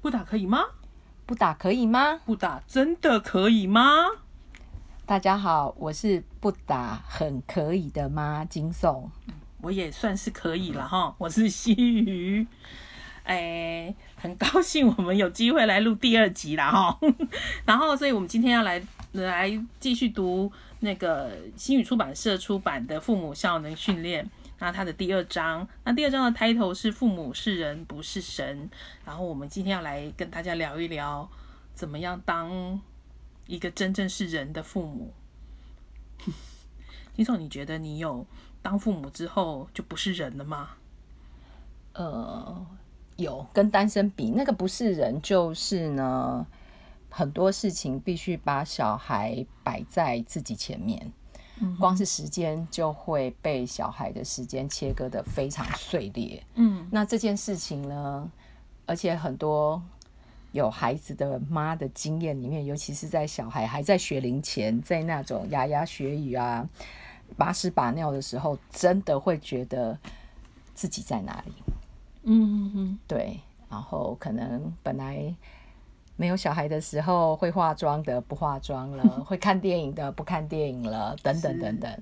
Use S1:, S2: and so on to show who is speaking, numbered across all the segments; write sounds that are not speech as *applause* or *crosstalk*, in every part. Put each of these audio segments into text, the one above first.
S1: 不打可以吗？
S2: 不打可以吗？
S1: 不打真的可以吗？
S2: 大家好，我是不打很可以的吗？惊悚，
S1: 我也算是可以了哈，我是西鱼。哎，很高兴我们有机会来录第二集啦哈。 *laughs* 然后，所以我们今天要来来继续读那个新宇出版社出版的《父母效能训练》，那它的第二章，那第二章的 title 是“父母是人不是神”。然后我们今天要来跟大家聊一聊，怎么样当一个真正是人的父母。金总，你觉得你有当父母之后就不是人了吗？
S2: 呃，有跟单身比，那个不是人，就是呢，很多事情必须把小孩摆在自己前面，光是时间就会被小孩的时间切割的非常碎裂。
S1: 嗯，
S2: 那这件事情呢，而且很多有孩子的妈的经验里面，尤其是在小孩还在学龄前，在那种牙牙学语啊、把屎把尿的时候，真的会觉得自己在哪里。
S1: 嗯嗯
S2: 对，然后可能本来没有小孩的时候会化妆的不化妆了，会看电影的不看电影了，等等等等。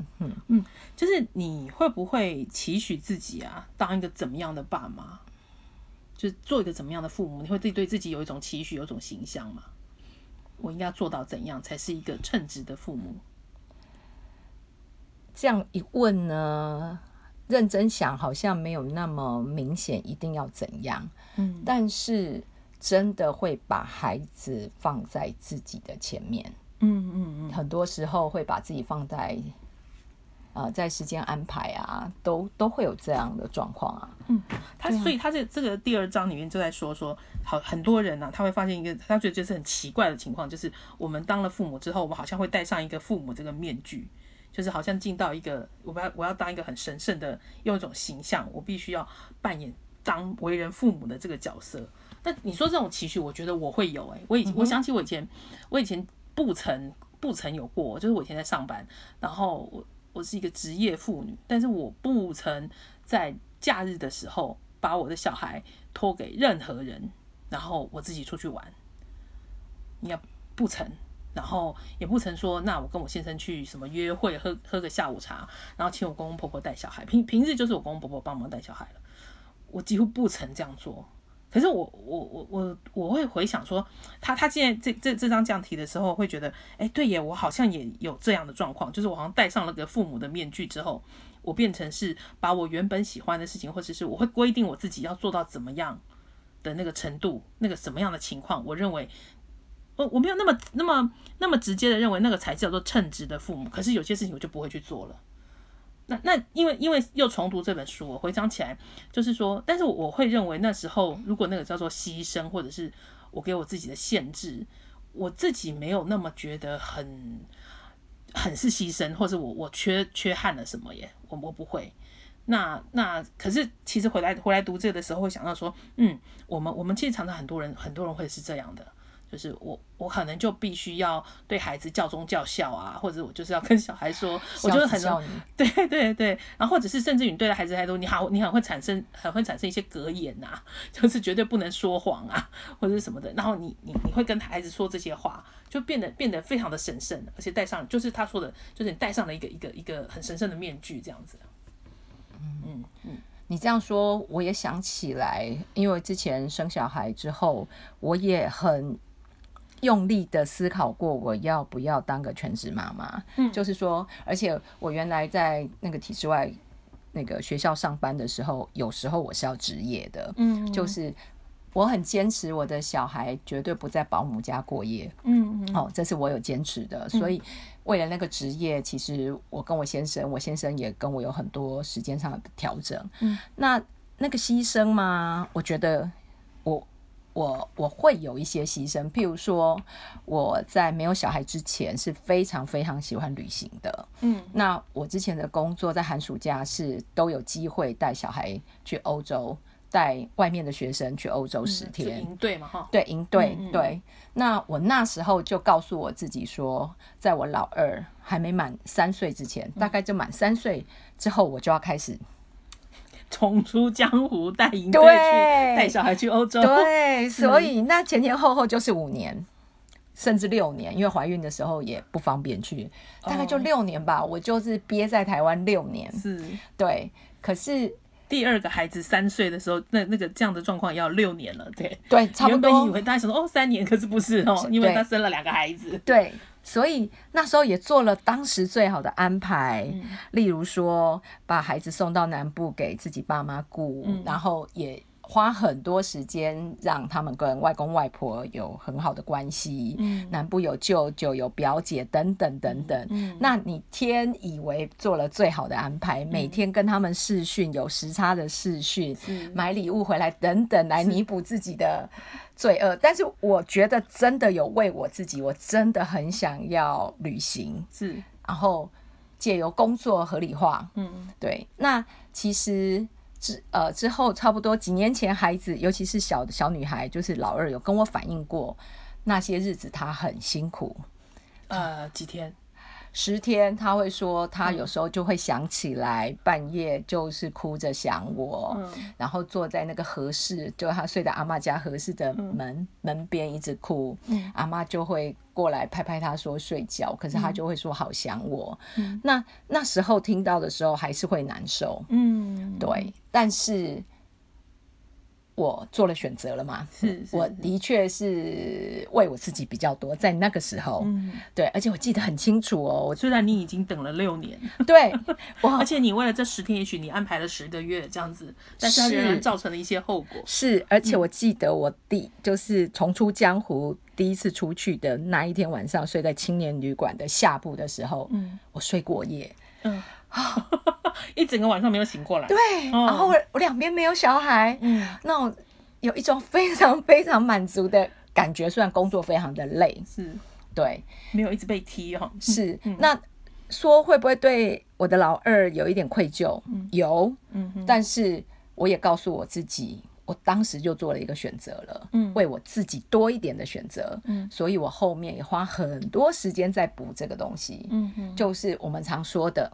S2: 嗯，
S1: 就是你会不会期许自己啊，当一个怎么样的爸妈，就是做一个怎么样的父母？你会自己对自己有一种期许，有一种形象吗？我应该做到怎样才是一个称职的父母？
S2: 这样一问呢，认真想好像没有那么明显，一定要怎样。
S1: 嗯
S2: 但是真的会把孩子放在自己的前面，
S1: 嗯嗯嗯，
S2: 很多时候会把自己放在。呃，在时间安排啊，都都会有这样的状况啊。
S1: 他所以他这这个第二章里面就在说说，好很多人呢、啊，他会发现一个他觉得这是很奇怪的情况，就是我们当了父母之后，我们好像会戴上一个父母这个面具，就是好像进到一个我要我要当一个很神圣的，用一种形象，我必须要扮演当为人父母的这个角色。那你说这种期许，我觉得我会有哎、我以我想起我以前我以前不曾不曾有过，就是我以前在上班，然后我我是一个职业妇女，但是我不曾在假日的时候把我的小孩托给任何人，然后我自己出去玩，应该不曾。然后也不曾说，那我跟我先生去什么约会，喝喝个下午茶，然后请我公公婆婆带小孩。平平日就是我公公婆婆帮忙带小孩了，我几乎不曾这样做。可是我我我我我会回想说，他他现在这这这张这样提的时候，会觉得，哎，对耶，我好像也有这样的状况，就是我好像戴上了个父母的面具之后，我变成是把我原本喜欢的事情，或者是我会规定我自己要做到怎么样的那个程度，那个什么样的情况，我认为。我我没有那么那么那么直接的认为那个才叫做称职的父母，可是有些事情我就不会去做了。那那因为因为又重读这本书，我回想起来就是说，但是我会认为那时候如果那个叫做牺牲，或者是我给我自己的限制，我自己没有那么觉得很很是牺牲，或者我我缺缺憾了什么耶，我我不会。那那可是其实回来回来读这个的时候，会想到说，嗯，我们我们其实常常很多人很多人会是这样的，就是我我可能就必须要对孩子教忠教孝啊，或者我就是要跟小孩说，我
S2: 孝
S1: 就是
S2: 子
S1: 很
S2: 孝女
S1: 对对对，然后或者是甚至你对待孩子态度，你好，你很会产生很会产生一些格言呐、就是绝对不能说谎啊，或者是什么的。然后你你你会跟孩子说这些话，就变得变得非常的神圣，而且戴上就是他说的，就是你戴上了一个一个一个很神圣的面具这样子。
S2: 你这样说，我也想起来，因为之前生小孩之后，我也很用力的思考过，我要不要当个全职妈妈。嗯，就是说，而且我原来在那个体制外那个学校上班的时候，有时候我是要职业的，
S1: 嗯
S2: 就是我很坚持我的小孩绝对不在保姆家过夜。
S1: 嗯嗯
S2: 哦，这是我有坚持的，所以为了那个职业，其实我跟我先生，我先生也跟我有很多时间上的调整。
S1: 嗯，
S2: 那那个牺牲嘛，我觉得我我我会有一些牺牲，譬如说我在没有小孩之前是非常非常喜欢旅行的。
S1: 嗯，
S2: 那我之前的工作在寒暑假是都有机会带小孩去欧洲，带外面的学生去欧洲十
S1: 就
S2: 天。
S1: 营队嘛哈，
S2: 对，营队
S1: 嗯嗯
S2: 对。那我那时候就告诉我自己说，在我老二
S1: 嗯 *laughs*
S2: 还没满三岁之前，大概就满三岁之后，我就要开始
S1: 重出江湖，带营队
S2: 对
S1: 去带小孩去欧洲。
S2: 对，
S1: 嗯
S2: 所以那前前后后就是五年，甚至六年，因为怀孕的时候也不方便去，大概就
S1: 哦嗯
S2: 六年吧。我就是憋在台湾六年，
S1: 是
S2: 对。可是
S1: 第二个孩子三岁的时候，那那个这样的状况要六年了，对，
S2: 对，差不
S1: 原本以
S2: 多
S1: 为大家想说哦三年，可是不是哦，因为
S2: 对
S1: 他生了两个孩子。
S2: 对。所以那时候也做了当时最好的安排，
S1: 嗯
S2: 例如说把孩子送到南部给自己爸妈顾，
S1: 嗯
S2: 然后也花很多时间让他们跟外公外婆有很好的关系。
S1: 嗯
S2: 南部有舅舅、有表姐等等等等。
S1: 嗯
S2: 那你天以为做了最好的安排，每天跟他们视讯，有时差的视讯，
S1: 是
S2: 买礼物回来等等，来弥补自己的罪恶。但是我觉得真的有为我自己，我真的很想要旅行，
S1: 是，
S2: 然后借由工作合理化。
S1: 嗯
S2: 对，那其实之呃之后差不多几年前，孩子尤其是小小女孩，就是老二有跟我反映过，那些日子她很辛苦，
S1: 呃几天，
S2: 十天她会说
S1: 嗯
S2: 她有时候就会想起来，半夜就是哭着想我。
S1: 嗯
S2: 然后坐在那个合适，就她睡在阿妈家合适的门、门边一直哭，
S1: 嗯
S2: 阿妈就会过来拍拍她说睡觉，可是她就会说好想我。
S1: 嗯
S2: 那那时候听到的时候还是会难受，
S1: 嗯，
S2: 对，但是我做了选择了嘛，
S1: 是是
S2: 我
S1: 是
S2: 的确是为我自己比较多，在那个时候，
S1: 嗯，
S2: 对，而且我记得很清楚哦，
S1: 虽然你已经等了六年，
S2: *laughs* 我对
S1: 而
S2: 我
S1: 且你为了这十天，也许你安排了十个月这样子，但是它仍然
S2: 是
S1: 造成了一些后果。
S2: 是，而且我记得我第就是重出江湖第一次出去的那一天晚上，睡在青年旅馆的下铺的时候，
S1: 嗯
S2: 我睡过夜，
S1: 嗯，一整个晚上没有醒过来。
S2: 对，
S1: 哦
S2: 然后我我两边没有小孩，
S1: 嗯，
S2: 那种有一种非常非常满足的感觉，虽然工作非常的累，
S1: 是
S2: 对。
S1: 没有一直被踢哈。
S2: 是，
S1: 嗯
S2: 那说会不会对我的老二有一点愧疚？有，
S1: 嗯哼，
S2: 但是我也告诉我自己，我当时就做了一个选择了，
S1: 嗯
S2: 为我自己多一点的选择，
S1: 嗯
S2: 所以我后面也花很多时间在补这个东西，
S1: 嗯哼，
S2: 就是我们常说的，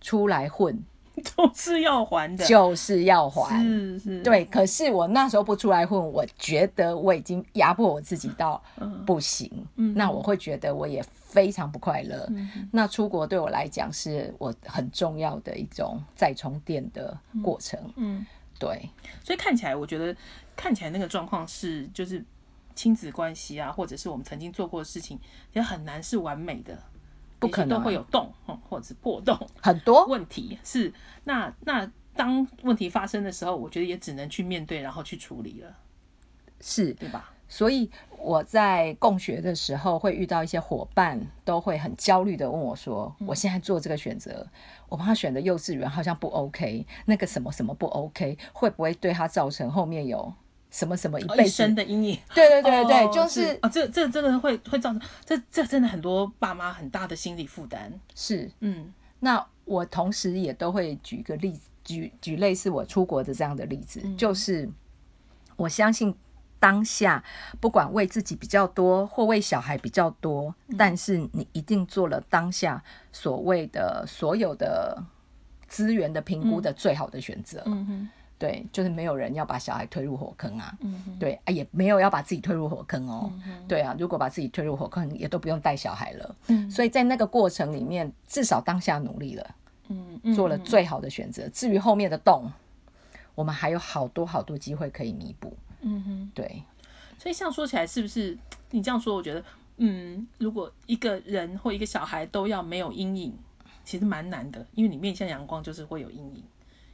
S2: 出来混
S1: *laughs* 都是要还的。
S2: 就是要还。
S1: 是是，，
S2: 对，可是我那时候不出来混，我觉得我已经压迫我自己到不行，
S1: 嗯
S2: 那我会觉得我也非常不快乐。那出国对我来讲是我很重要的一种再充电的过程。
S1: 嗯，
S2: 对，
S1: 所以看起来，我觉得看起来那个状况是就是亲子关系啊，或者是我们曾经做过的事情，也很难是完美的，
S2: 不可
S1: 也许都
S2: 能啊哦
S1: 会有洞，嗯或者是破洞。
S2: 很多
S1: 问题是那那当问题发生的时候，我觉得也只能去面对，然后去处理了，
S2: 是，
S1: 对吧？
S2: 所以我在共学的时候会遇到一些伙伴，都会很焦虑的问我说：“
S1: 嗯
S2: 我现在做这个选择，我帮他选的幼稚园好像不 OK，那个什么什么不 OK，会不会对他造成后面有什么什么一
S1: 哦
S2: 辈
S1: 一
S2: 子
S1: 生的阴影。
S2: 对对对对，
S1: 哦
S2: 就是
S1: 啊、这这真的会会造成这这真的很多爸妈很大的心理负担。
S2: 是。
S1: 嗯
S2: 那我同时也都会举一个例子，举举类似我出国的这样的例子，就是我相信当下不管为自己比较多或为小孩比较多，但是你一定做了当下所谓的所有的资源的评估的最好的选择。
S1: 嗯哼
S2: 对，就是没有人要把小孩推入火坑啊。
S1: 嗯哼
S2: 对啊，也没有要把自己推入火坑哦。对啊，如果把自己推入火坑，也都不用带小孩了。
S1: 嗯
S2: 所以在那个过程里面，至少当下努力了，
S1: 嗯嗯，
S2: 做了最好的选择。至于后面的洞，我们还有好多好多机会可以弥补。
S1: 嗯哼。
S2: 对，
S1: 所以这样说起来，是不是你这样说？我觉得，嗯，如果一个人或一个小孩都要没有阴影，其实蛮难的，因为你面向阳光就是会有阴影，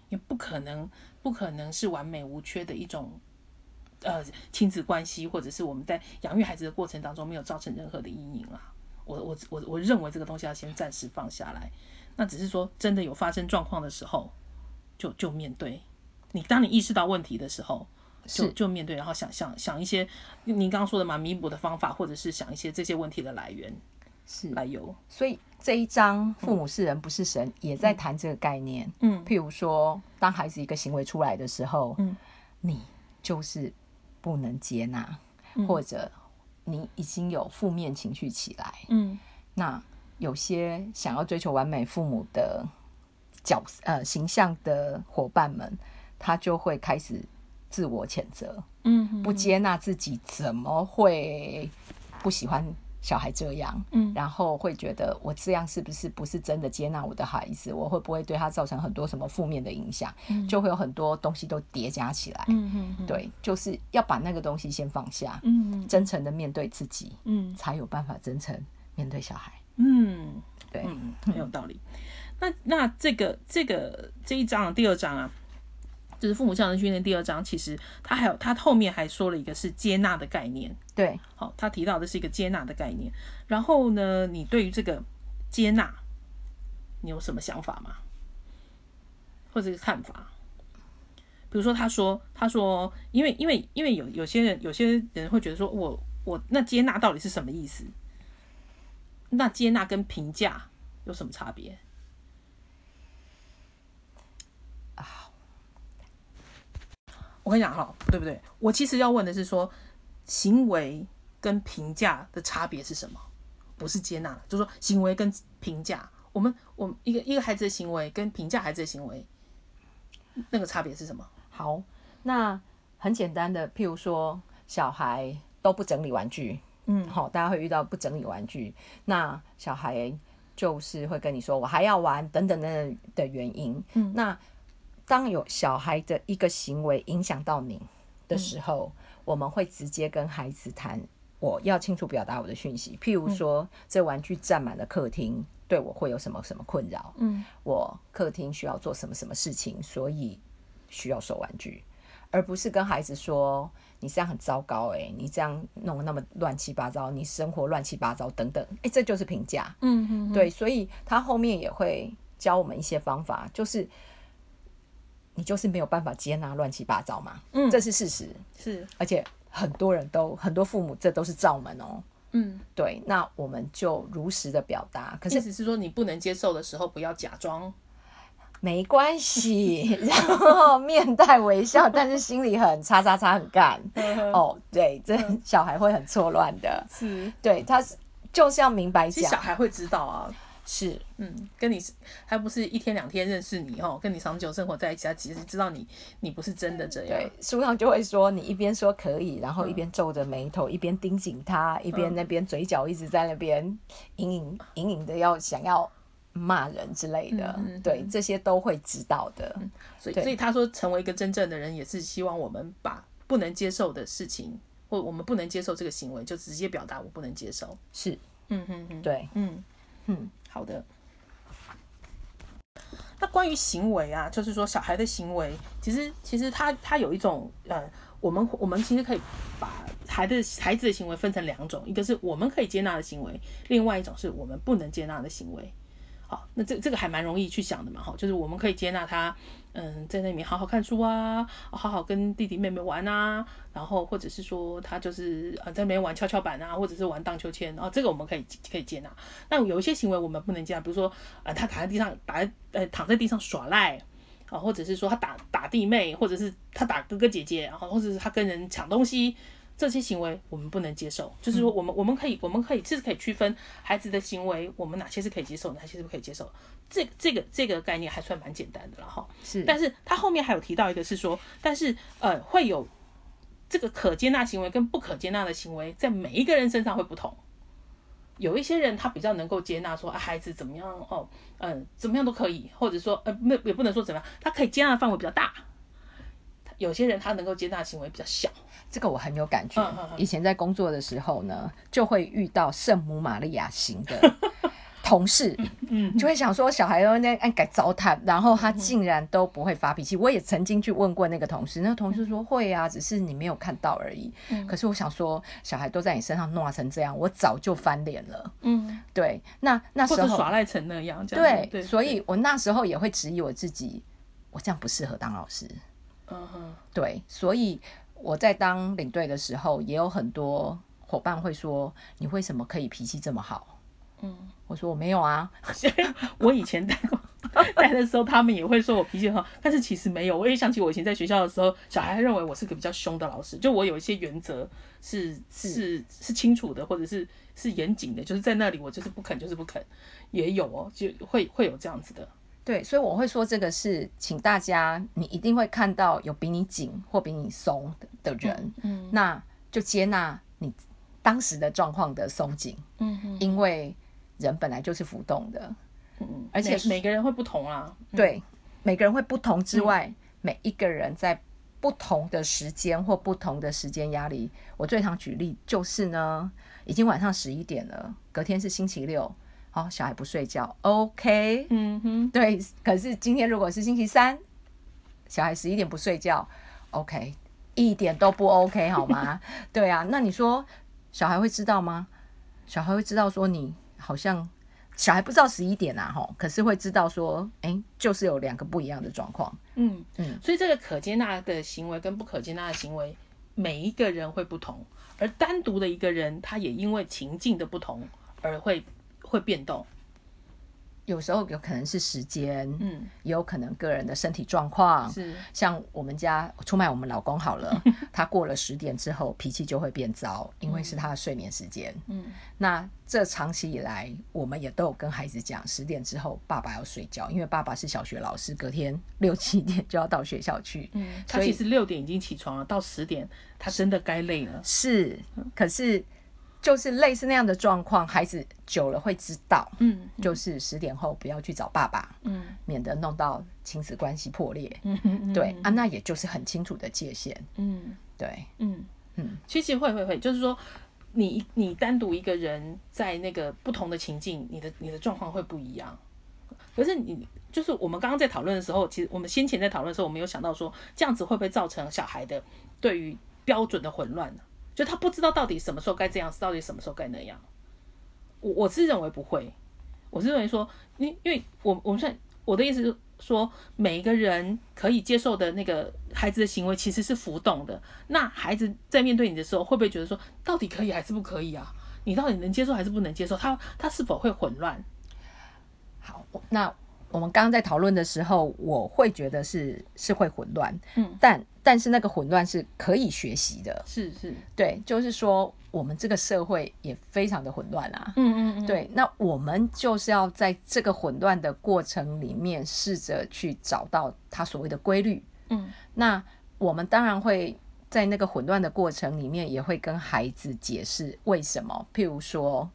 S1: 也不可能，不可能是完美无缺的一种。呃，亲子关系，或者是我们在养育孩子的过程当中没有造成任何的阴影啊。我我我我认为这个东西要先暂时放下来。那只是说，真的有发生状况的时候，就就面对。你当你意识到问题的时候，就是就面对，然后想想想一些您刚刚说的嘛，弥补的方法，或者是想一些这些问题的来源
S2: 是。
S1: 来由。
S2: 所以这一章“父母是人不是神”也在谈这个概念。
S1: 嗯
S2: 譬如说，当孩子一个行为出来的时候，
S1: 嗯
S2: 你就是不能接纳，
S1: 嗯
S2: 或者你已经有负面情绪起来。
S1: 嗯
S2: 那有些想要追求完美父母的角呃形象的伙伴们，他就会开始自我谴责，
S1: 嗯
S2: 不接纳自己怎么会不喜欢小孩这样，
S1: 嗯
S2: 然后会觉得我这样是不是不是真的接纳我的孩子？我会不会对他造成很多什么负面的影响？就会有很多东西都叠加起来。
S1: 嗯嗯，
S2: 对，就是要把那个东西先放下，
S1: 嗯
S2: 真诚的面对自己，
S1: 嗯
S2: 才有办法真诚面对小孩。
S1: 嗯，
S2: 对，
S1: 嗯，很有道理。那那这个这个这一章第二章啊，就是父母效能训练第二章，其实他还有他后面还说了一个是接纳的概念。
S2: 对，
S1: 好，他提到的是一个接纳的概念。然后呢，你对于这个接纳，你有什么想法吗？或者是看法？比如说，他说，他说，因为因为因为有有些人有些人会觉得说我我那接纳到底是什么意思？那接纳跟评价有什么差别？我跟你讲哈，对不对？我其实要问的是说，行为跟评价的差别是什么？不是接纳，就是说行为跟评价，我们我们一个一个孩子的行为跟评价孩子的行为，那个差别是什么？
S2: 好，那很简单的，譬如说小孩都不整理玩具，
S1: 嗯
S2: 好，大家会遇到不整理玩具，那小孩就是会跟你说我还要玩等等等等的原因。嗯，那当有小孩的一个行为影响到你的时候，我们会直接跟孩子谈。我要清楚表达我的讯息，譬如说，这玩具占满了客厅，对我会有什么什么困扰？
S1: 嗯
S2: 我客厅需要做什么什么事情，所以需要收玩具，而不是跟孩子说你这样很糟糕、欸，你这样弄得那么乱七八糟，你生活乱七八糟等等，哎、这就是评价。
S1: 嗯嗯，
S2: 对，所以他后面也会教我们一些方法，就是你就是没有办法接纳乱七八糟嘛，
S1: 嗯
S2: 这是事实，
S1: 是
S2: 而且很多人都很多父母这都是罩门哦。
S1: 嗯，
S2: 对，那我们就如实的表达，可
S1: 意
S2: 是
S1: 思是说你不能接受的时候，不要假 *laughs* 装。
S2: 没关系， *laughs* 然后面带微笑，但是心里很叉叉叉很干。
S1: 嗯
S2: 哦，对，这小孩会很错乱的。
S1: 是，
S2: 对，他是就是要明白
S1: 其实小
S2: 讲，
S1: 孩会知道啊，
S2: 是
S1: 嗯，跟你还不是一天两天认识你哦，跟你长久生活在一起，他其实知道你你不是真的这样。
S2: 对。书上就会说，你一边说可以，然
S1: 嗯
S2: 后一边皱着眉头，一边盯紧他，一边那边嘴角一直在那边隐隐隐隐的要想要骂人之类的。
S1: 嗯嗯嗯
S2: 对，这些都会知道的。
S1: 所以，
S2: 对
S1: 所以他说，成为一个真正的人，也是希望我们把不能接受的事情，或我们不能接受这个行为，就直接表达我不能接受。
S2: 是，
S1: 嗯哼哼，
S2: 对，
S1: 嗯
S2: 嗯，
S1: 好的。那关于行为啊，就是说小孩的行为，其实其实他他有一种呃，我们我们其实可以把孩子孩子的行为分成两种，一个是我们可以接纳的行为，另外一种是我们不能接纳的行为。好，那这这个还蛮容易去想的嘛，哈，就是我们可以接纳他，嗯，在那里面好好看书啊，好好跟弟弟妹妹玩啊，然后或者是说他就是呃在那边玩跷跷板啊，或者是玩荡秋千，然哦后这个我们可以可以接纳。那有一些行为我们不能接纳，比如说呃他躺在地上打呃躺在地上耍赖。啊，或者是说他打打弟妹，或者是他打哥哥姐姐，然后或者是他跟人抢东西，这些行为我们不能接受。就是说，我们我们可以我们可以这是可以区分孩子的行为，我们哪些是可以接受，哪些是不可以接受。这这个这个概念还算蛮简单的了哈。
S2: 是
S1: 但是他后面还有提到一个是说，但是呃会有这个可接纳行为跟不可接纳的行为，在每一个人身上会不同。有一些人他比较能够接纳说啊孩子怎么样哦，嗯、怎么样都可以，或者说呃没也不能说怎么样，他可以接纳的范围比较大。有些人他能够接纳的行为比较小，
S2: 这个我很有感觉。
S1: 嗯嗯嗯
S2: 以前在工作的时候呢，就会遇到圣母玛利亚型
S1: *laughs*
S2: 的同事，嗯，就会想说小孩都在那按改糟蹋，然后他竟然都不会发脾
S1: 嗯
S2: 气。我也曾经去问过那个同事，那同事说会啊，只是你没有看到而已。
S1: 嗯
S2: 可是我想说，小孩都在你身上弄成这样，我早就翻脸了。
S1: 嗯，
S2: 对，那那
S1: 或
S2: 时
S1: 者
S2: 候
S1: 耍赖成那样，这样
S2: 对
S1: 子，对，
S2: 所以我那时候也会质疑我自己，我这样不适合当老师。
S1: 嗯哼，
S2: 对，所以我在当领队的时候，也有很多伙伴会说：“你为什么可以脾气这么好？”
S1: 嗯，
S2: 我说我没有啊，
S1: *laughs* 我以前带过带的时候，他们也会说我脾气很好，但是其实没有。我也想起我以前在学校的时候，小孩认为我是个比较凶的老师，就我有一些原则是是是清楚的，或者是是严谨的，就是在那里我就是不肯就是不肯，也有哦，就会会有这样子的。
S2: 对，所以我会说这个是，请大家你一定会看到有比你紧或比你松的的人，
S1: 嗯
S2: 那就接纳你当时的状况的松紧，
S1: 嗯嗯
S2: 因为人本来就是浮动的，
S1: 嗯，
S2: 而且
S1: 每每个人会不同啊啦、
S2: 对，每个人会不同之外，每一个人在不同的时间或不同的时间压力，我最常举例就是呢，已经晚上十一点了，隔天是星期六，好、小孩不睡觉，OK，
S1: 嗯哼，
S2: 对，可是今天如果是星期三，小孩十一点不睡觉，OK，一点都不 OK 好吗？对啊，那你说小孩会知道吗？小孩会知道说你好像小孩不知道十一点啊，吼，可是会知道说，哎、就是有两个不一样的状况。
S1: 嗯
S2: 嗯
S1: 嗯，所以这个可接纳的行为跟不可接纳的行为，每一个人会不同，而单独的一个人，他也因为情境的不同而会会变动。
S2: 有时候有可能是时间，
S1: 嗯，
S2: 也有可能个人的身体状况。
S1: 是，
S2: 像我们家出卖我们老公好
S1: *laughs*
S2: 了，他过了十点之后脾气就会变糟，因为是他的睡眠时间。
S1: 嗯
S2: 那这长期以来，我们也都有跟孩子讲，十点之后爸爸要睡觉，因为爸爸是小学老师，隔天 *laughs* 六七点就要到学校去。
S1: 嗯，他
S2: 所
S1: 其
S2: 以
S1: 实六点已经起床了，到十点他真的该累了。
S2: 是，可是就是类似那样的状况，孩子久了会知道，
S1: 嗯
S2: 就是十点后不要去找爸爸，
S1: 嗯
S2: 免得弄到亲子关系破裂。
S1: 嗯嗯，
S2: 对啊，那也就是很清楚的界限。
S1: 嗯。
S2: 对，
S1: 嗯
S2: 嗯，
S1: 其实会会会，就是说你你单独一个人在那个不同的情境，你的你的状况会不一样。可是你就是我们刚刚在讨论的时候，其实我们先前在讨论的时候，我们有想到说，这样子会不会造成小孩的对于标准的混乱呢？啊就他不知道到底什么时候该这样，到底什么时候该那样。我我是认为不会，我是认为说，因因为我我们算我的意思是说，每一个人可以接受的那个孩子的行为其实是浮动的，那孩子在面对你的时候，会不会觉得说，到底可以还是不可以啊？你到底能接受还是不能接受？他他是否会混乱？
S2: 好，我那我们刚刚在讨论的时候，我会觉得是是会混乱，
S1: 嗯，
S2: 但但是那个混乱是可以学习的，
S1: 是是，
S2: 对，就是说我们这个社会也非常的混乱啊，
S1: 嗯嗯嗯，
S2: 对，那我们就是要在这个混乱的过程里面，试着去找到它所谓的规律，
S1: 嗯
S2: 那我们当然会在那个混乱的过程里面，也会跟孩子解释为什么，譬如说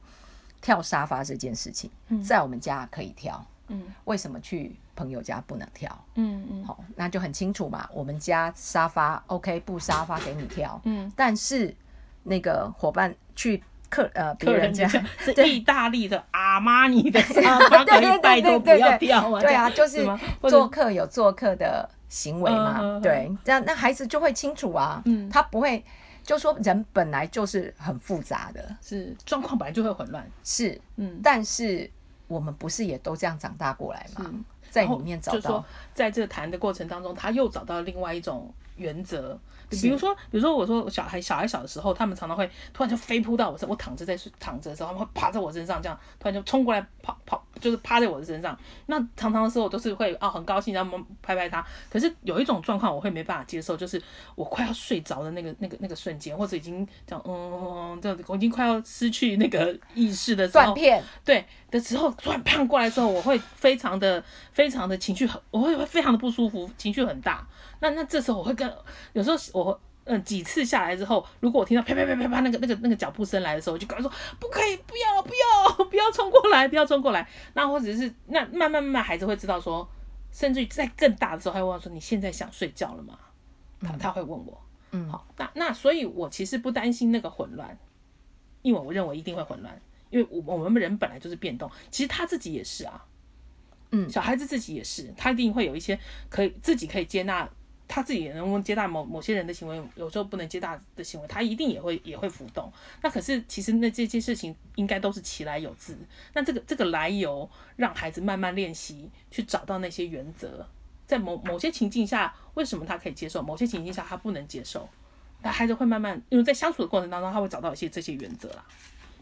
S2: 跳沙发这件事情，在我们家可以跳，
S1: 嗯
S2: 为什么去朋友家不能跳？
S1: 嗯嗯
S2: 好、那就很清楚嘛。我们家沙发 OK，布沙发给你跳，
S1: 嗯，
S2: 但是那个伙伴去客呃别
S1: 客
S2: 人
S1: 人
S2: 家
S1: 家，
S2: *laughs*
S1: 是
S2: 对
S1: 意大利的阿玛尼
S2: *laughs*
S1: 的沙发，
S2: 对
S1: 可
S2: 对
S1: 以拜
S2: 对
S1: 托不
S2: 对
S1: 要
S2: 对
S1: 掉啊！
S2: 对啊，
S1: 这样
S2: 就是
S1: 吗或者
S2: 做客有做客的行为嘛，
S1: 嗯嗯嗯
S2: 对，这样那孩子就会清楚啊，
S1: 嗯
S2: 他不会就说人本来就是很复杂的，
S1: 是状况本来就会混乱，
S2: 是，
S1: 嗯，
S2: 但是我们不是也都这样长大过来嘛，在里面找
S1: 就是
S2: 到
S1: 说，在这谈的过程当中，他又找到另外一种原则。比如说，比如说，我说小孩小孩小的时候，他们常常会突然就飞扑到我身，我躺着在睡躺着的时候，他们会爬在我身上，这样突然就冲过来跑跑，就是趴在我的身上。那常常的时候，我都是会啊很高兴，然后拍拍他。可是有一种状况我会没办法接受，就是我快要睡着的那个那个那个瞬间，或者已经这样嗯嗯嗯这样子，我已经快要失去那个意识的时
S2: 断
S1: 候，
S2: 片，
S1: 对的时候，突然胖过来的时候，我会非常的、非常的情绪很，我会非常的不舒服，情绪很大。那那这时候我会跟，有时候我会，嗯，几次下来之后，如果我听到啪啪啪啪啪那个那个那个脚步声来的时候，我就赶快说不可以，不要不要不要冲过来，不要冲过来。那或者是那慢慢慢慢孩子会知道说，甚至于在更大的时候，他会问我说你现在想睡觉了吗？他他会问我。
S2: 嗯
S1: 好，那那所以，我其实不担心那个混乱，因为我认为一定会混乱，因为我我们人本来就是变动，其实他自己也是啊，
S2: 嗯
S1: 小孩子自己也是，他一定会有一些可以自己可以接纳，他自己也能不能接纳某某些人的行为，有时候不能接纳的行为，他一定也会也会浮动。那可是其实那这些事情应该都是其来有自，那这个这个来由让孩子慢慢练习去找到那些原则。在某某些情境下，为什么他可以接受？某些情境下他不能接受，那孩子会慢慢，因为在相处的过程当中，他会找到一些这些原则啦。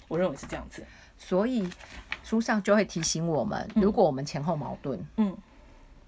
S1: 我认为是这样子。
S2: 所以书上就会提醒我们，如果我们前后矛盾，
S1: 嗯，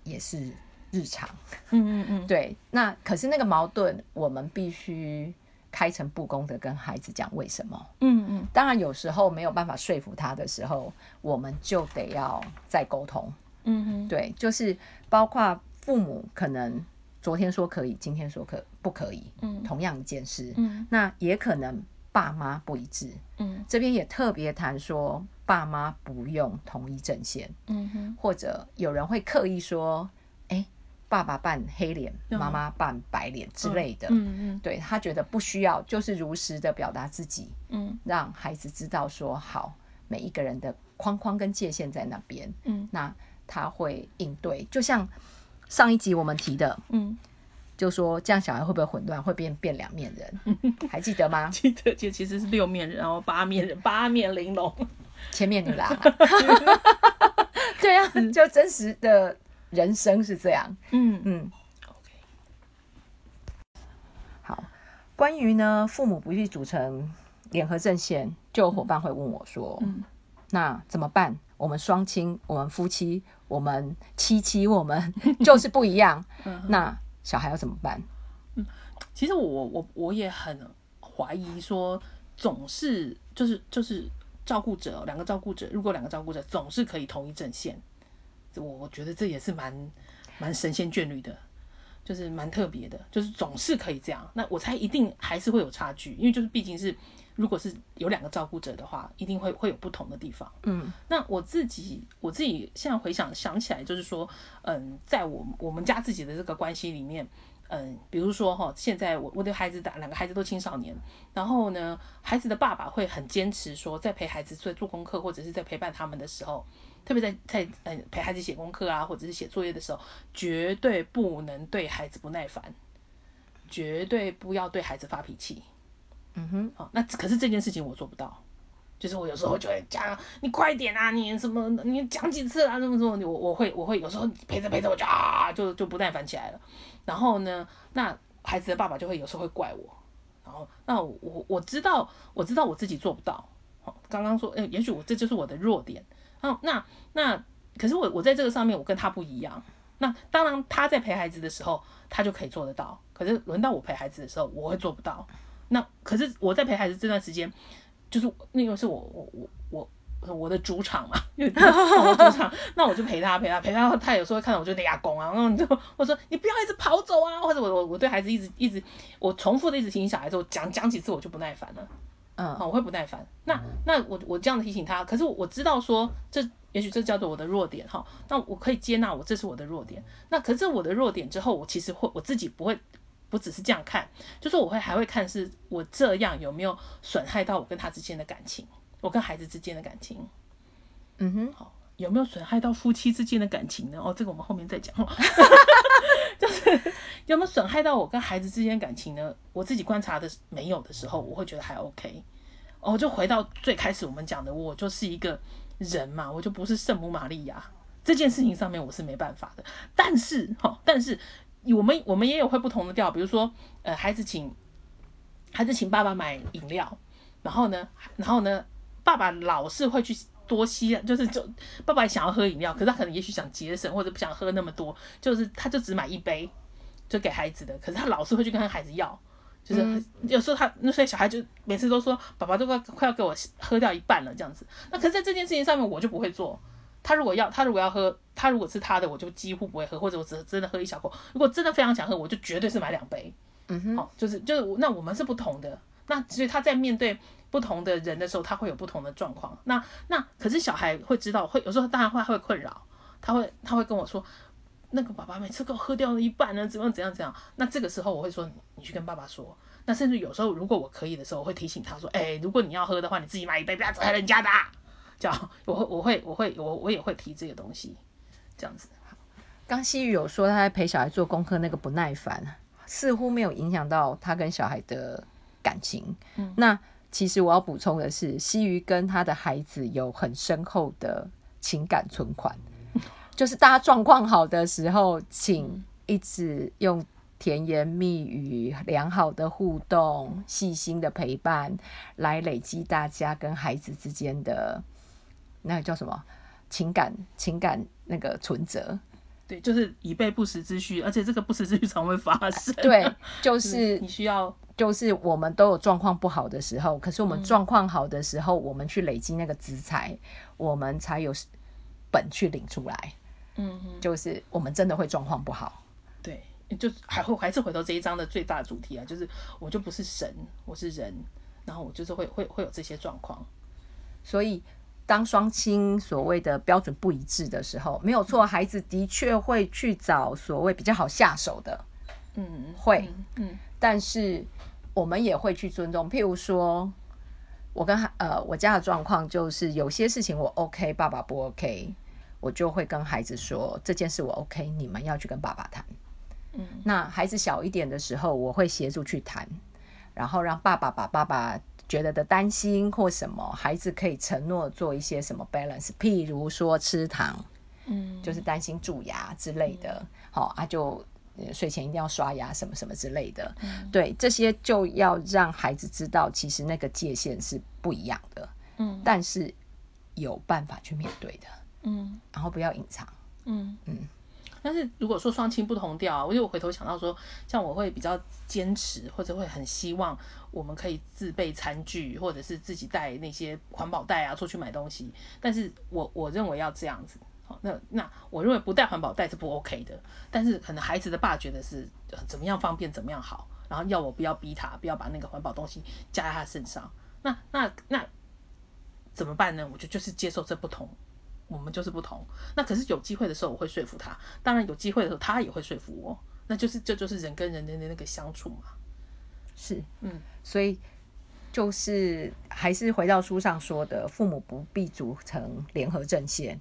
S2: 也是日常。
S1: 嗯嗯嗯，
S2: 对，那可是那个矛盾，我们必须开诚布公的跟孩子讲为什么。
S1: 嗯嗯
S2: 当然，有时候没有办法说服他的时候，我们就得要再沟通。
S1: 嗯哼，
S2: 对，就是包括父母可能昨天说可以，今天说可不可以，
S1: 嗯
S2: 同样一件事，
S1: 嗯
S2: 那也可能爸妈不一致。
S1: 嗯
S2: 这边也特别谈说，爸妈不用同一阵线，
S1: 嗯哼，
S2: 或者有人会刻意说，哎、爸爸扮黑脸，
S1: 嗯
S2: 妈妈扮白脸之类的。
S1: 嗯嗯
S2: 对他觉得不需要，就是如实的表达自己，
S1: 嗯
S2: 让孩子知道说好，每一个人的框框跟界限在那边，
S1: 嗯
S2: 那他会应对。就像上一集我们提的，
S1: 嗯，
S2: 就说这样小孩会不会混乱，会变变两面人，
S1: *laughs*
S2: 还记得吗？
S1: *laughs* 记得就其实是六面人，然后八面人，八面玲珑。 *laughs*
S2: 前面你啦， *laughs* 对啊，就真实的人生是这样。
S1: 嗯
S2: 嗯好，关于呢父母不去组成联合阵线，就有伙伴会问我说，
S1: 嗯
S2: 那怎么办？我们双亲，我们夫妻，我们妻妻，我们 *laughs* 就是不一样。那小孩要怎么办？
S1: 其实我我我我也很怀疑说，总是就是就是照顾者哦两个照顾者，如果两个照顾者总是可以同一阵线，我我觉得这也是蛮蛮神仙眷侣的，就是蛮特别的，就是总是可以这样。那我猜一定还是会有差距，因为就是毕竟是如果是有两个照顾者的话，一定会会有不同的地方。
S2: 嗯
S1: 那我自己，我自己现在回想想起来，就是说，嗯，在我我们家自己的这个关系里面，嗯，比如说哈，现在我我的孩子大，两个孩子都青少年，然后呢，孩子的爸爸会很坚持说，在陪孩子在做功课或者是在陪伴他们的时候，特别在在嗯陪孩子写功课啊，或者是写作业的时候，绝对不能对孩子不耐烦，绝对不要对孩子发脾气。
S2: 嗯哼，
S1: 哦，那可是这件事情我做不到，就是我有时候就会讲你快点啊，你什么你讲几次啊，什么什么，我我会我会有时候陪着陪着我就啊就就不耐烦起来了，然后呢，那孩子的爸爸就会有时候会怪我，然后那我我我知道我知道我自己做不到，好、刚刚说，哎、也许我这就是我的弱点，嗯，那那可是我我在这个上面我跟他不一样，那当然他在陪孩子的时候他就可以做得到，可是轮到我陪孩子的时候我会做不到，那可是我在陪孩子这段时间，就是我那个是我我我我。我的主场嘛， *laughs* 因为我的主场，那我就陪他陪他陪他，他有时候会看到我就得牙拱啊，然后你就我说你不要一直跑走啊，或者我我我对孩子一直一直我重复的一直提醒小孩子，我讲讲几次我就不耐烦了。
S2: 嗯
S1: 哦，我会不耐烦。那那我我这样提醒他，可是我我知道说这也许这叫做我的弱点哈、那我可以接纳我这是我的弱点。那可是我的弱点之后，我其实会我自己不会不只是这样看，就是我会还会看是我这样有没有损害到我跟他之间的感情，我跟孩子之间的感情。
S2: 嗯哼，
S1: 好，有没有损害到夫妻之间的感情呢？哦，这个 *laughs* 我们后面再讲。就是有没有损害到我跟孩子之间的感情呢？我自己观察的是没有的时候，我会觉得还 OK。哦，就回到最开始我们讲的，我就是一个人嘛，我就不是圣母玛利亚这件事情上面我是没办法的。但是哈、哦，但是我们我们也有会不同的调，比如说呃，孩子请孩子请爸爸买饮料，然后呢，然后呢，爸爸老是会去多吸，就是就爸爸想要喝饮料，可是他可能也许想节省或者不想喝那么多，就是他就只买一杯，就给孩子的，可是他老是会去跟孩子要。就是、有时候他那所以小孩就每次都说爸爸都快快要给我喝掉一半了这样子，那可是在这件事情上面我就不会做，他如果要，他如果要喝，他如果是他的，我就几乎不会喝，或者我只真的喝一小口。如果真的非常想喝，我就绝对是买两杯。
S2: 嗯
S1: 哼，好、就是就是我，那我们是不同的。那所以他在面对不同的人的时候，他会有不同的状况。那那可是小孩会知道，会有时候当然会会困扰，他会他会跟我说，那个爸爸每次给我喝掉了一半啊呢，怎么样怎样怎样。那这个时候我会说，你你去跟爸爸说。那甚至有时候如果我可以的时候，我会提醒他说，哎、如果你要喝的话，你自己买一杯，不要只喝人家的啊、这样我会我会我会我我也会提这个东西，这样子。
S2: 刚西雨有说他在陪小孩做功课那个不耐烦，似乎没有影响到他跟小孩的感情。嗯，那其实我要补充的是，西鱼跟他的孩子有很深厚的情感存款，就是大家状况好的时候，请一直用。甜言蜜语、良好的互动、细心的陪伴，来累积大家跟孩子之间的那个叫什么情感情感那个存折。
S1: 对，就是以备不时之需，而且这个不时之需常会发生。 *laughs*
S2: 对，就
S1: 就是
S2: 是
S1: 你需要
S2: 就是我们都有状况不好的时候，可是我们状况好的时候，我们去累积那个资财，我们才有本去领出来。
S1: 嗯嗯，
S2: 就是我们真的会状况不好。
S1: 对，就还会还是回头这一章的最大主题啊，就是我就不是神，我是人，然后我就是会会会有这些状况。
S2: 所以，当双亲所谓的标准不一致的时候，没有错，孩子的确会去找所谓比较好下手的，
S1: 嗯，
S2: 会，
S1: 嗯，
S2: 但是我们也会去尊重。譬如说，我跟孩呃我家的状况就是，有些事情我 OK，爸爸不 OK，我就会跟孩子说这件事我 OK，你们要去跟爸爸谈。
S1: 嗯，
S2: 那孩子小一点的时候，我会协助去谈，然后让爸爸把爸爸觉得的担心或什么，孩子可以承诺做一些什么 balance，譬如说吃糖，
S1: 嗯，
S2: 就是担心蛀牙之类的，好、啊就。呃睡前一定要刷牙，什么什么之类的，
S1: 嗯
S2: 对这些就要让孩子知道，其实那个界限是不一样的，
S1: 嗯，
S2: 但是有办法去面对的，
S1: 嗯
S2: 然后不要隐藏，
S1: 嗯嗯。但是如果说双亲不同调啊，我就回头想到说，像我会比较坚持，或者会很希望我们可以自备餐具，或者是自己带那些环保袋啊出去买东西。但是我我认为要这样子，好，那那我认为不带环保袋是不 OK 的。但是可能孩子的爸觉得是、呃怎么样方便怎么样好，然后要我不要逼他，不要把那个环保东西加在他身上。那那那怎么办呢？我就就是接受这不同，我们就是不同。那可是有机会的时候，我会说服他；当然有机会的时候，他也会说服我。那就是这就是人跟人的那个相处嘛。
S2: 是，
S1: 嗯，
S2: 所以就是还是回到书上说的，父母不必组成联合阵线。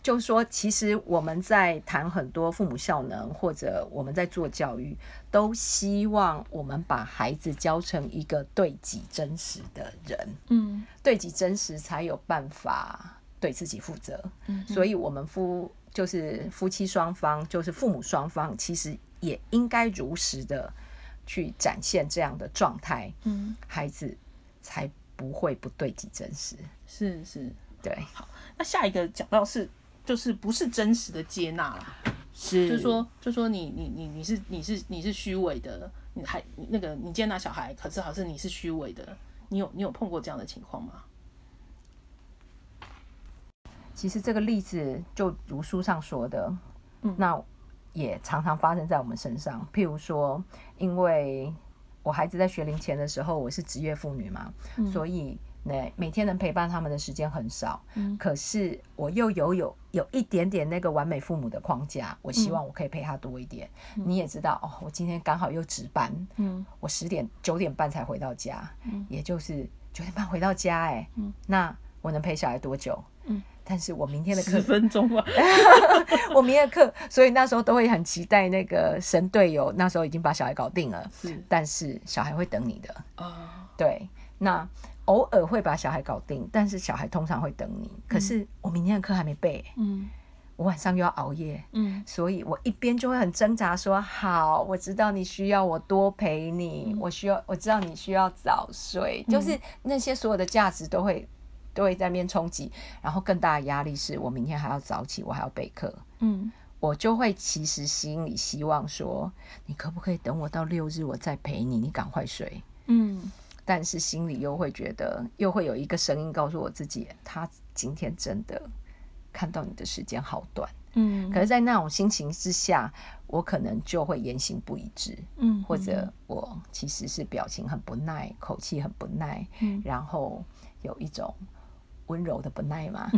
S2: 就是说，其实我们在谈很多父母效能，或者我们在做教育，都希望我们把孩子教成一个对己真实的人。
S1: 嗯
S2: 对己真实，才有办法对自己负责。
S1: 嗯
S2: 所以我们夫就是夫妻双方，就是父母双方，其实也应该如实的去展现这样的状态，
S1: 嗯，
S2: 孩子才不会不对己真实。
S1: 是是。
S2: 对，
S1: 那下一个讲到是，就是不是真实的接纳啦，
S2: 是
S1: 就是说，就说你你你你是你是你是虚伪的，你还你那个你接纳小孩，可是好像你是虚伪的，你有你有碰过这样的情况吗？
S2: 其实这个例子就如书上说的，
S1: 嗯
S2: 那也常常发生在我们身上。譬如说，因为我孩子在学龄前的时候，我是职业妇女嘛，
S1: 嗯
S2: 所以那每天能陪伴他们的时间很少。
S1: 嗯
S2: 可是我又有有有一点点那个完美父母的框架，我
S1: 嗯
S2: 希望我可以陪他多一点。你也知道哦，我今天刚好又值班，
S1: 嗯
S2: 我十点九点半才回到家，
S1: 嗯
S2: 也就是九点半回到家、哎，
S1: 嗯
S2: 那我能陪小孩多久？
S1: 嗯，
S2: 但是我明天的课
S1: 十分钟吧。
S2: 我明天的课，所以那时候都会很期待那个神队友，那时候已经把小孩搞定了，
S1: 是
S2: 但是小孩会等你的，
S1: 啊，
S2: 对，那偶尔会把小孩搞定，但是小孩通常会等你。可是我明天的课还没背，
S1: *laughs* 嗯
S2: 我晚上又要熬夜，
S1: 嗯
S2: 所以我一边就会很挣扎说，好，我知道你需要我多陪你，我需要，我知道你需要早睡，就是那些所有的价值都会都会在那边冲击，然后更大的压力是我明天还要早起，我还要备课。
S1: 嗯
S2: 我就会其实心里希望说，你可不可以等我到六日我再陪你，你赶快睡。
S1: 嗯
S2: 但是心里又会觉得，又会有一个声音告诉我自己，他今天真的看到你的时间好短。
S1: 嗯
S2: 可是，在那种心情之下，我可能就会言行不一致，
S1: 嗯
S2: 或者我其实是表情很不耐，口气很不耐，
S1: 嗯
S2: 然后有一种温柔的不耐嘛。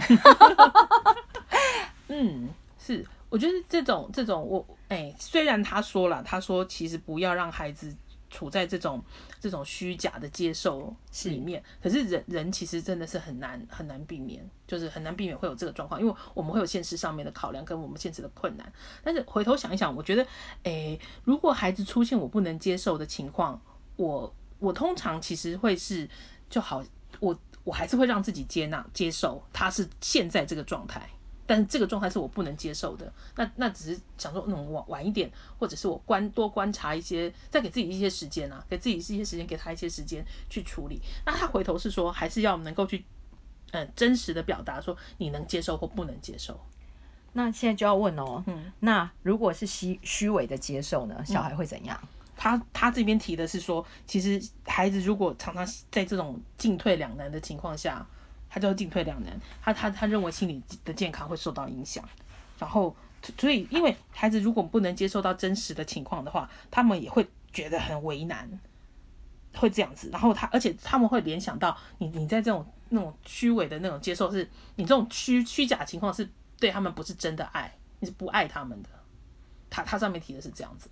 S1: 嗯，是，我觉得这种这种我哎、虽然他说了，他说其实不要让孩子处在这种这种虚假的接受里面，可是人人其实真的是很难很难避免，就是很难避免会有这个状况，因为我们会有现实上面的考量跟我们现实的困难。但是回头想一想，我觉得，哎、如果孩子出现我不能接受的情况，我我通常其实会是就好，我我还是会让自己接纳接受他是现在这个状态。但是这个状态是我不能接受的。那那只是想说，嗯，晚晚一点，或者是我观多观察一些，再给自己一些时间啊，给自己一些时间，给他一些时间去处理。那他回头是说，还是要能够去，嗯、真实的表达说你能接受或不能接受。
S2: *laughs* 那现在就要问哦，
S1: 嗯
S2: 那如果是虚虚伪的接受呢，小孩会怎样？
S1: 他他这边提的是说，其实孩子如果常常在这种进退两难的情况下，他就会进退两难，他他他认为心理的健康会受到影响。然后所以因为孩子如果不能接受到真实的情况的话，他们也会觉得很为难，会这样子。然后他，而且他们会联想到你，你在这种那种虚伪的那种接受是，你这种虚虚假情况是对他们不是真的爱，你是不爱他们的。他他上面提的是这样子。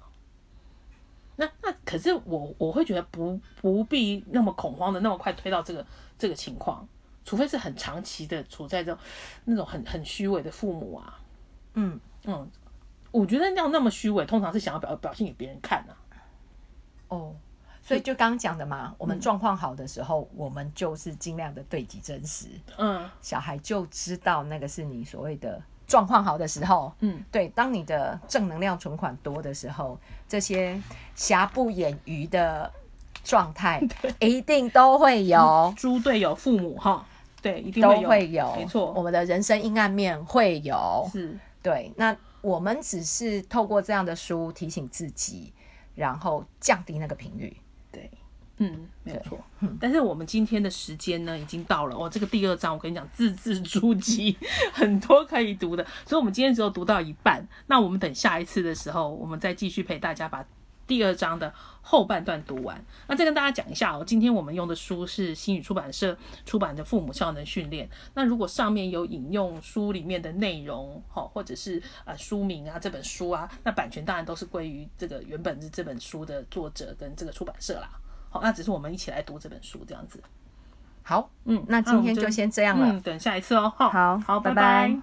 S1: 那那可是我我会觉得不不必那么恐慌的那么快推到这个这个情况，除非是很长期的处在这种那种很很虚伪的父母啊，
S2: 嗯
S1: 嗯，我觉得要那么虚伪，通常是想要表表现给别人看啊，
S2: 哦，所以就嗯刚刚讲的嘛，我们状况好的时候，我们就是尽量的对己真实，
S1: 嗯
S2: 小孩就知道那个是你所谓的状况好的时候。
S1: 嗯，
S2: 对，当你的正能量存款多的时候，这些瑕不掩瑜的状
S1: *laughs*
S2: 态一定都会有，
S1: 猪队友父母哈，对，嗯一定
S2: *laughs* 都
S1: 有，
S2: 会有，哦
S1: 没错
S2: 我们的人生阴暗面会有。
S1: 是
S2: 对，那我们只是透过这样的书提醒自己，然后降低那个频率。
S1: 对，嗯，没有错。但是我们今天的时间呢，已经到了。哦，这个第二章我跟你讲，字字珠玑， *laughs* 很多可以读的，所以我们今天只有读到一半。那我们等下一次的时候，我们再继续陪大家把第二章的后半段读完。那再跟大家讲一下哦，今天我们用的书是新宇出版社出版的《父母效能训练》。那如果上面有引用书里面的内容，哦，或者是呃书名啊，这本书啊，那版权当然都是归于这个原本是这本书的作者跟这个出版社啦。好，那只是我们一起来读这本书这样子。
S2: 好，
S1: 嗯
S2: 那
S1: 那
S2: 今
S1: 我们
S2: 天
S1: 就嗯
S2: 就先这样了。
S1: 嗯，等下一次哦。哈
S2: 好
S1: 好，
S2: 拜
S1: 拜
S2: 拜